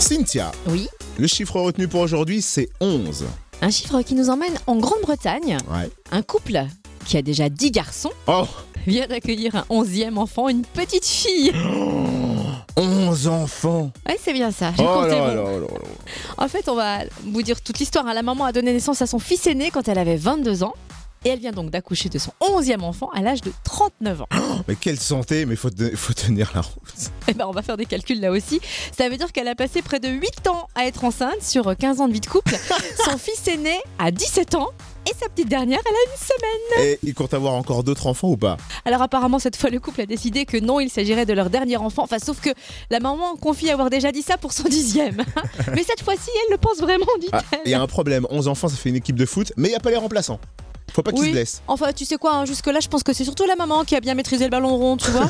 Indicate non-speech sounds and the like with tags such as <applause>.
Cynthia, Oui, le chiffre retenu pour aujourd'hui, c'est 11. un chiffre qui nous emmène en Grande-Bretagne. Ouais. Un couple qui a déjà 10 garçons Oh vient d'accueillir un onzième enfant, une petite fille. 11 enfants Ouais, c'est bien ça. j'ai Oh compté là bon. là là là là. En fait, on va vous dire toute l'histoire. hein. La maman a donné naissance à son fils aîné quand elle avait 22 ans. Et elle vient donc d'accoucher de son 11e enfant à l'âge de 39 ans. Mais quelle santé, mais faut, te- faut tenir la route. Et ben, on va faire des calculs là aussi. Ça veut dire qu'elle a passé près de 8 ans à être enceinte sur 15 ans de vie <laughs> de couple. son fils aîné a 17 ans. Et sa petite dernière, elle a une semaine. Et ils comptent avoir encore d'autres enfants ou pas Alors apparemment, cette fois, le couple a décidé que non, il s'agirait de leur dernier enfant. Enfin, sauf que la maman confie avoir déjà dit ça pour son dixième. Mais cette fois-ci, elle le pense vraiment, Ah, dit-elle. Il y a un problème, 11 enfants ça fait une équipe de foot, mais il n'y a pas les remplaçants. Faut pas qu'ils Oui. se blessent. Enfin, tu sais quoi, hein, jusque-là, je pense que c'est surtout la maman qui a bien maîtrisé le ballon rond, tu vois.